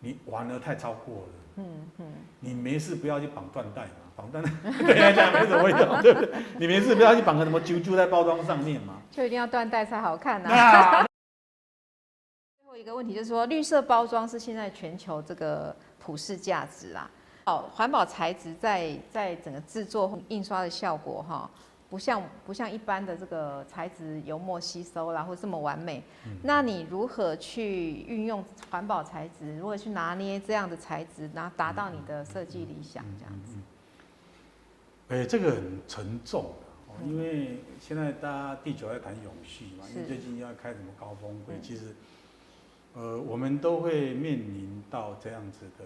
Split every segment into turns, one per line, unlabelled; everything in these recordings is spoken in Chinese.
你玩的太超过了。
嗯嗯，
你没事不要去绑缎带嘛，绑缎带 对来讲没什么用，对不对？你没事不要去绑个什么啾啾在包装上面嘛。
就一定要缎带才好看呐、啊
那
最后一个问题就是说，绿色包装是现在全球这个普世价值啦。哦，环保材质在在整个制作印刷的效果哈、不像不像一般的这个材质油墨吸收啦，或这么完美。
嗯
那你如何去运用环保材质？如何去拿捏这样的材质，然后达到你的设计理想？
嗯
这样子，
哎、这个很沉重啊哦
嗯
因为现在大家地球在谈永续嘛，因为
是
最近要开什么高峰会，
嗯
其实，呃，我们都会面临到这样子的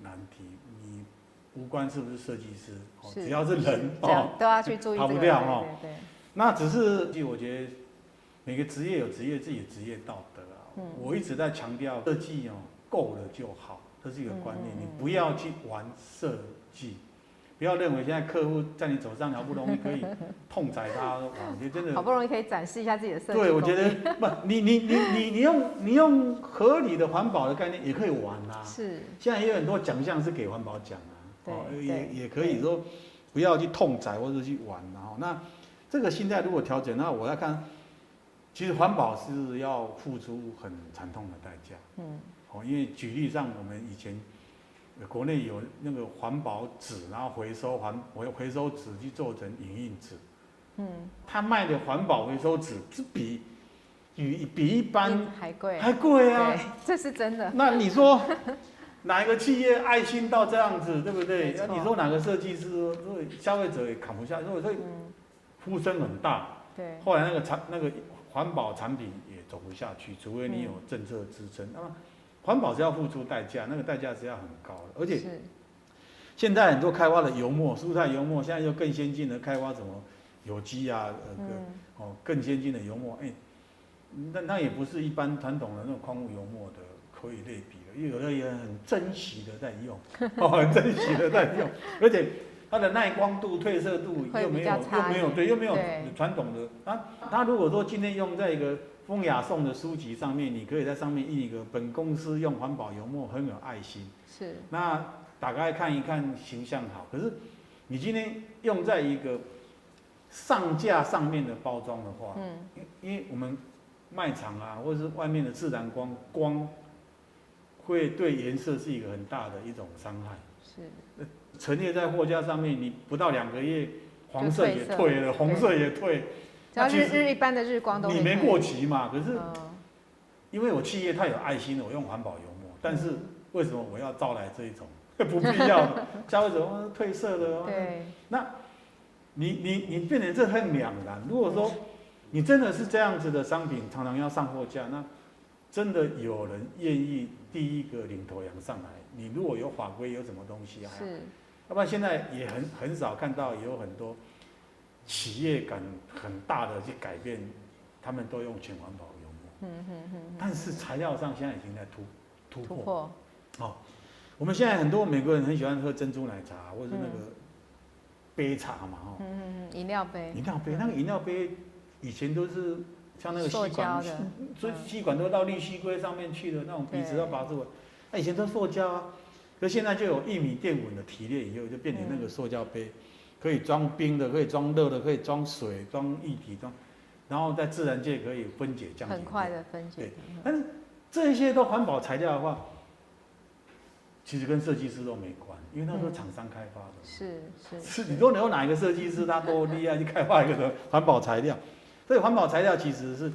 难题。你无关是不是设计师，哦，
是
只要是人
这样
哦，
都要去注意这
逃
个。
不掉哦
对对对，
那只是其实我觉得每个职业有职业自己的职业道德啊。
嗯
我一直在强调设计哦，够了就好，这是一个观念，
嗯嗯嗯
你不要去玩设计。不要认为现在客户在你手上好不容易可以痛宰他，哇！我觉得真的
好不容易可以展示一下自己的设计功力。
对，我觉得不，你你你你你用你用合理的环保的概念也可以玩啊。
是
现在也有很多奖项是给环保奖啊，
对对
也也可以说不要去痛宰或者去玩啊、哦。那这个心态如果调整，那我要看，其实环保是要付出很惨痛的代价
嗯
哦。因为举例上，我们以前呃国内有那个环保纸，然后回收环回回收纸去做成影印纸，
嗯，
他卖的环保回收纸是比比比一
印
般
还贵。
还贵啊。
对，这是真的。
那你说哪一个企业爱心到这样子，对不对？
没
那
错
你说哪个设计师，所以消费者也扛不下，所以所以
嗯，
呼声很大。
对，
后来那个产那个环保产品也走不下去，除非你
嗯
有政策支撑。那么环保是要付出代价，那个代价是要很高的，而且
是
现在很多开发的油墨、蔬菜油墨，现在又更先进的开发什么有机啊，呃，
嗯
哦，更先进的油墨，哎、那那也不是一般传统的那种矿物油墨的可以类比的，因为有的也很珍惜的在用， 哦，很珍惜的在用，而且它的耐光度、褪色度
会
又
比
没有
较
又
差一
没有
点
对又没有
对
传统的，它它如果说今天用在一个风雅颂的书籍上面，你可以在上面印一个本公司用环保油墨很有爱心，
是
那打开看一看形象好，可是你今天用在一个上架上面的包装的话，
嗯
因因为我们卖场啊，或者是外面的自然光光，会对颜色是一个很大的一种伤害。
是
陈列在货架上面，你不到两个月，黄色也
褪色
退了，红色也退，
只
那
要
其
日
实
日一般的日光都
你没过期嘛。可是
嗯
因为我企业太有爱心了，我用环保油墨，但是为什么我要招来这一种 不必要的消费者哦褪色的哦？
对
你你你变成这很两难。如果说你真的是这样子的商品，常常要上货架，那真的有人愿意第一个领头羊上来。你如果有法规，有什么东西啊？
是
要不然现在也很很少看到有很多企业敢很大的去改变，他们都用全环保油墨，
嗯嗯嗯
但是材料上现在已经在突突
嗯突
破。
破
我们现在很多美国人很喜欢喝珍珠奶茶或者是那个杯茶嘛，哦
嗯，嗯嗯饮料杯
饮料杯，那个饮料杯以前都是像那个吸
塑胶
管
的，
所以
嗯
吸管都到滤吸柜上面去的那种
对
鼻子要拔出来，那以前都塑胶啊，可现在就有一米电滚的提炼以后，就变成那个塑胶杯，可以装冰的，可以装热的，可以装水、装液体、装，然后在自然界可以分解降解。
很快的分解嗯
对这些都环保材料的话，其实跟设计师都没关，因为那都是
嗯
厂商开发的。
是是
是你说你有哪一个设计师他多厉害去开发一个什么环保材料？所以环保材料其实是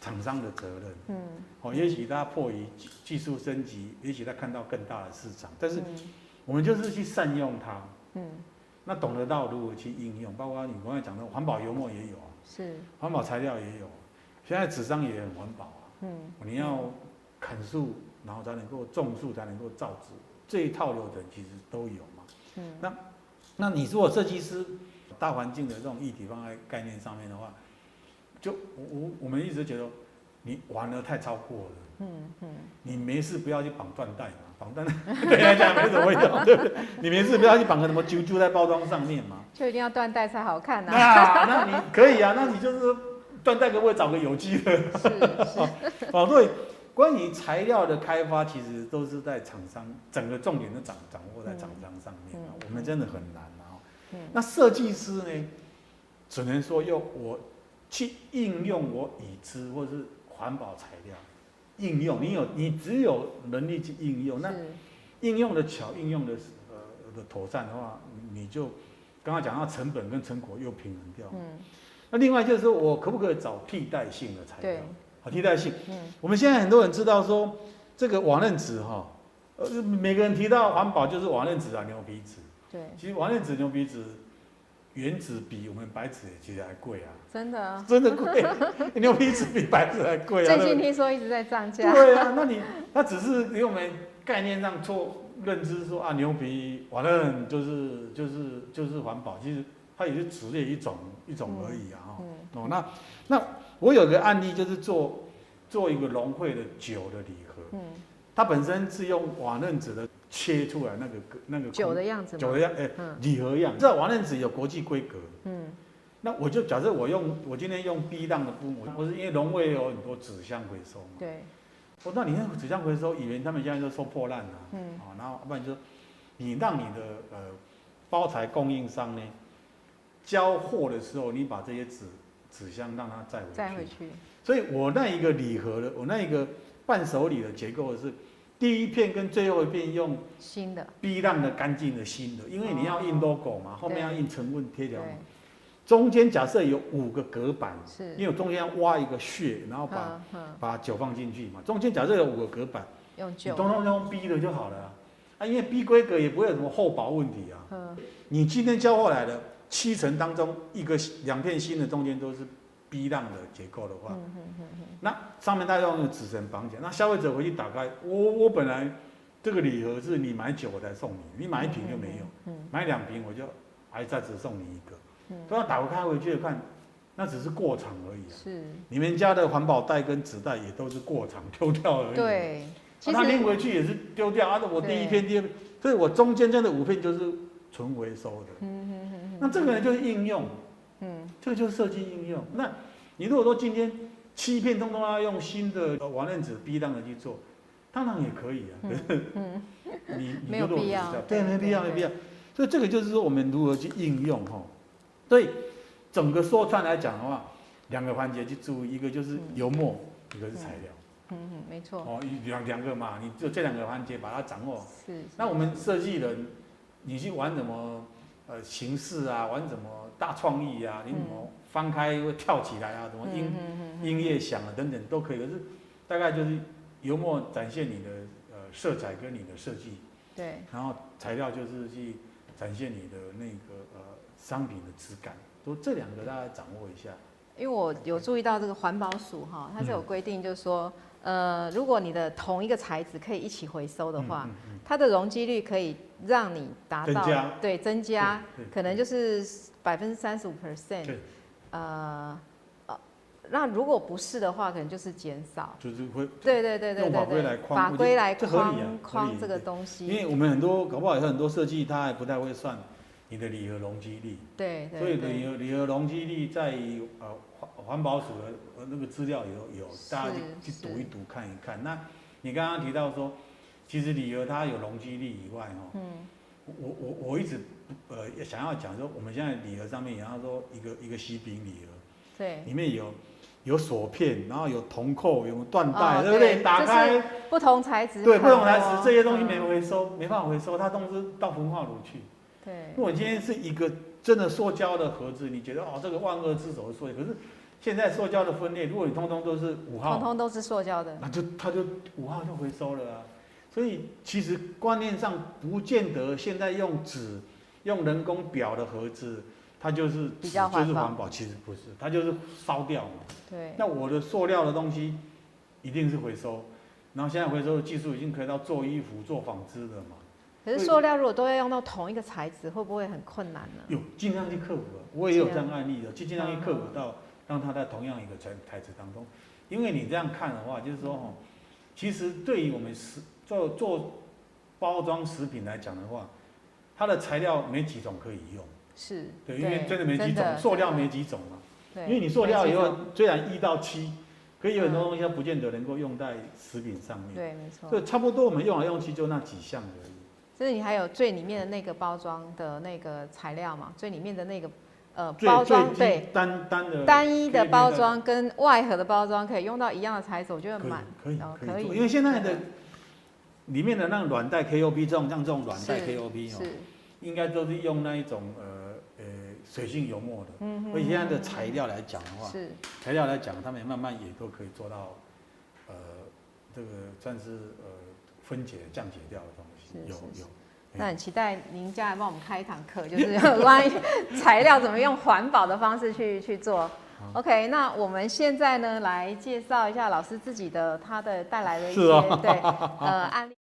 厂商的责任
嗯
哦，也许他迫于技技术升级，也许他看到更大的市场， 但是
嗯
我们就是去善用它，
嗯
那懂得到如何去应用，包括你刚才讲的环保油墨也有啊，
是
环保材料也有，啊现在纸张也很环保啊，
嗯
你要砍树，然后才能够种树，才能够造纸，这一套流程其实都有嘛。
嗯
那你如果设计师大环境的这种议题放在概念上面的话，就我我我们一直觉得你玩的太超过了，
嗯嗯
你没事不要去绑缎带嘛，绑缎带 对来讲没什么用，对不对？你没事不要去绑个什么啾啾在包装上面嘛。
就一定要缎带才好看
那
呐
那你可以啊，那你就是缎带可不可以找个有机的？
是是
哦，对，关于材料的开发，其实都是在厂商，整个重点都掌掌握在厂商上面、啊
嗯嗯
我们真的很难啊。
嗯
那设计师呢，只能说用我去应用我已知或是环保材料应用，你有你只有能力去应用， 那
是
应用的巧，应用的呃的妥善的话，你你就刚刚讲到成本跟成果又平衡掉。
嗯
那另外就是说我可不可以找替代性的材料
对？
好，替代性。
嗯
我们现在很多人知道说这个网认纸哈，呃，每个人提到环保就是网认纸啊，牛皮纸。
对，
其实网认纸、牛皮纸，原纸比我们白纸其实还贵啊，
真的啊。
真的 贵。牛皮纸比白纸还贵啊。
最
对
近
不对
听说一直在涨价，
对啊，那你那只是给我们概念上错认知说啊，牛皮网认就是就是就是环保，其实它也是纸类一种一种而已啊。哈
嗯
哦，那那我有个案例就是做做一个融汇的酒的礼盒，
嗯，
它本身是用瓦楞纸的切出来那个那个
酒的样子
酒
嘛，
的样，哎、
嗯
礼盒样。这瓦楞纸有国际规格，
嗯
那我就假设我用我今天用 B 档的布模，我是因为融汇有很多纸箱回收嘛，
对，
哦，那你那个纸箱回收，以为他们现在就收破烂了、啊，
嗯
哦，然后不然就你让你的呃包材供应商呢交货的时候，你把这些纸纸箱让它载回去，
再回去，
所以我那一个礼盒的，我那一个伴手礼的结构是，第一片跟最后一片用
新的，
B 浪的干净的新的，因为你要印 logo 嘛，后面要印成分贴条嘛
哦对，，
中间假设有五个隔板，
是，
因为我中间要挖一个穴，然后把、
嗯嗯，
把酒放进去嘛，中间假设有五个隔板，
用
你
酒，
通通用 B 的就好了啊，啊因为 B 规格也不会有什么厚薄问题啊，
嗯
你今天交货来的七成当中一个两片新的中间都是 B 浪的结构的话。
嗯嗯嗯嗯，
那上面大家用纸绳绑起来，那消费者回去打开，我我本来这个礼盒是你买酒我才送你，你买一瓶就没有，
嗯，
买两瓶我就还再只送你一个，
嗯
都要打开回去看，那只是过场而已
嗯，
啊。
是，
你们家的环保袋跟纸袋也都是过场丢掉而已，啊，
对，其
他拎
实
回去也是丢掉，啊，我第一
对
片、第二片，所以我中间这的五片就是纯回收的。那这个呢就是应用，
嗯
这个就是设计应用。那你如果说今天欺骗通通要用新的呃网认纸逼让人去做，当然也可以啊，可是
嗯，
你你
没有
就落
必
实
要
掉
对
对，没必要，
对
没必要。所以这个就是说我们如何去应用哈。所以整个说穿来讲的话，两个环节去注意，一个就是油墨，一个是材料，
嗯嗯，没错，
哦，一两两个嘛，你就这两个环节把它掌握好。
是，
那我们设计人，你去玩什么呃形式啊，玩什么大创意啊，你怎么翻开会跳起来啊，什么音、
嗯
音乐响啊等等都可以。可是大概就是油墨展现你的呃色彩跟你的设计，
对，
然后材料就是去展现你的那个呃商品的质感，都这两个大家掌握一下。
因为我有注意到这个环保署哈，它是
嗯
有规定，就是说，呃，如果你的同一个材质可以一起回收的话，
嗯，嗯
它的容积率可以让你达到
增加
对增加，
对对
可能就是百分之三十五 percent
对。
呃呃，那如果不是的话，可能就是减少。
就是会
对对对对
用法
对
规来
对，
框
法
我觉
规
得
来
这合理啊合
框
理
框这个
对
东
因
西，
为我们很多搞不好有很多设计，他还不太会算你的礼盒容积率。
对
所以
对
铝
对，
合铝合容积率在于呃环环保署的呃那个资料有有，大家去
是
去读一读看一看。那你刚刚提到说，其实铝合它有容积率以外哦，
嗯
我我我一直呃也想要讲说，我们现在铝合上面也要说一个一个喜饼礼盒，
对，
里面有有锁片，然后有铜扣，有缎带，
哦
对不对？
对
打开
不同材质
对
很
不同材
多
质这些东西
嗯
没回收，没办法回收，它都是到焚化炉去。
对
如果今天是一个真的塑胶的盒子，你觉得哦，这个万恶之首的塑胶，可是现在塑胶的分类，如果你通通都是五
通
号，
通都是塑胶的，
那就它就五号就回收了啊。所以其实观念上不见得现在用纸、用人工裱的盒子，它就是
比较
就是
环保
环保，其实不是，它就是烧掉嘛。
对
那我的塑料的东西一定是回收，然后现在回收的技术已经可以到做衣服、做纺织了嘛。
可是
所以
塑料如果都要用到同一个材质，会不会很困难呢？
有尽量去克服了，我也有这样案例的，去尽量去克服到让它在同样一个台台词当中，因为你这样看的话，就是说哦，其实对于我们食做做包装食品来讲的话，它的材料没几种可以用，
是，
对，因为真的没几种，塑料没几种嘛，
对，
因为你塑料
没
以
几
后
种
虽然一到七，可以有很多东西它不见得能够用在食品上面。
对，没错
所。以差不多我们用来用去就那几项而已。
就是你还有最里面的那个包装的那个材料嘛，最里面的那个呃
最
包装
最
对
单单的
单一的
可以
包装跟外盒的包装可以用到一样的材质，我觉得蛮
可以
哦
可以可以
可
做，
以
因为现在的里面的那种软袋 KOP 这种像这种软袋
是
KOP 哦，
是，
应该都是用那一种呃呃水性油墨的。
嗯
而且现在的材料来讲的话，
是
材料来讲，他们慢慢也都可以做到，呃，这个算是呃分解降解掉的东西
是，
有
是是
有。
那很期待您将来帮我们开一堂课， 就是有关于材料怎么用环保的方式去去做。OK，那我们现在呢来介绍一下老师自己的他的带来的一
是
些、
哦
对呃案例。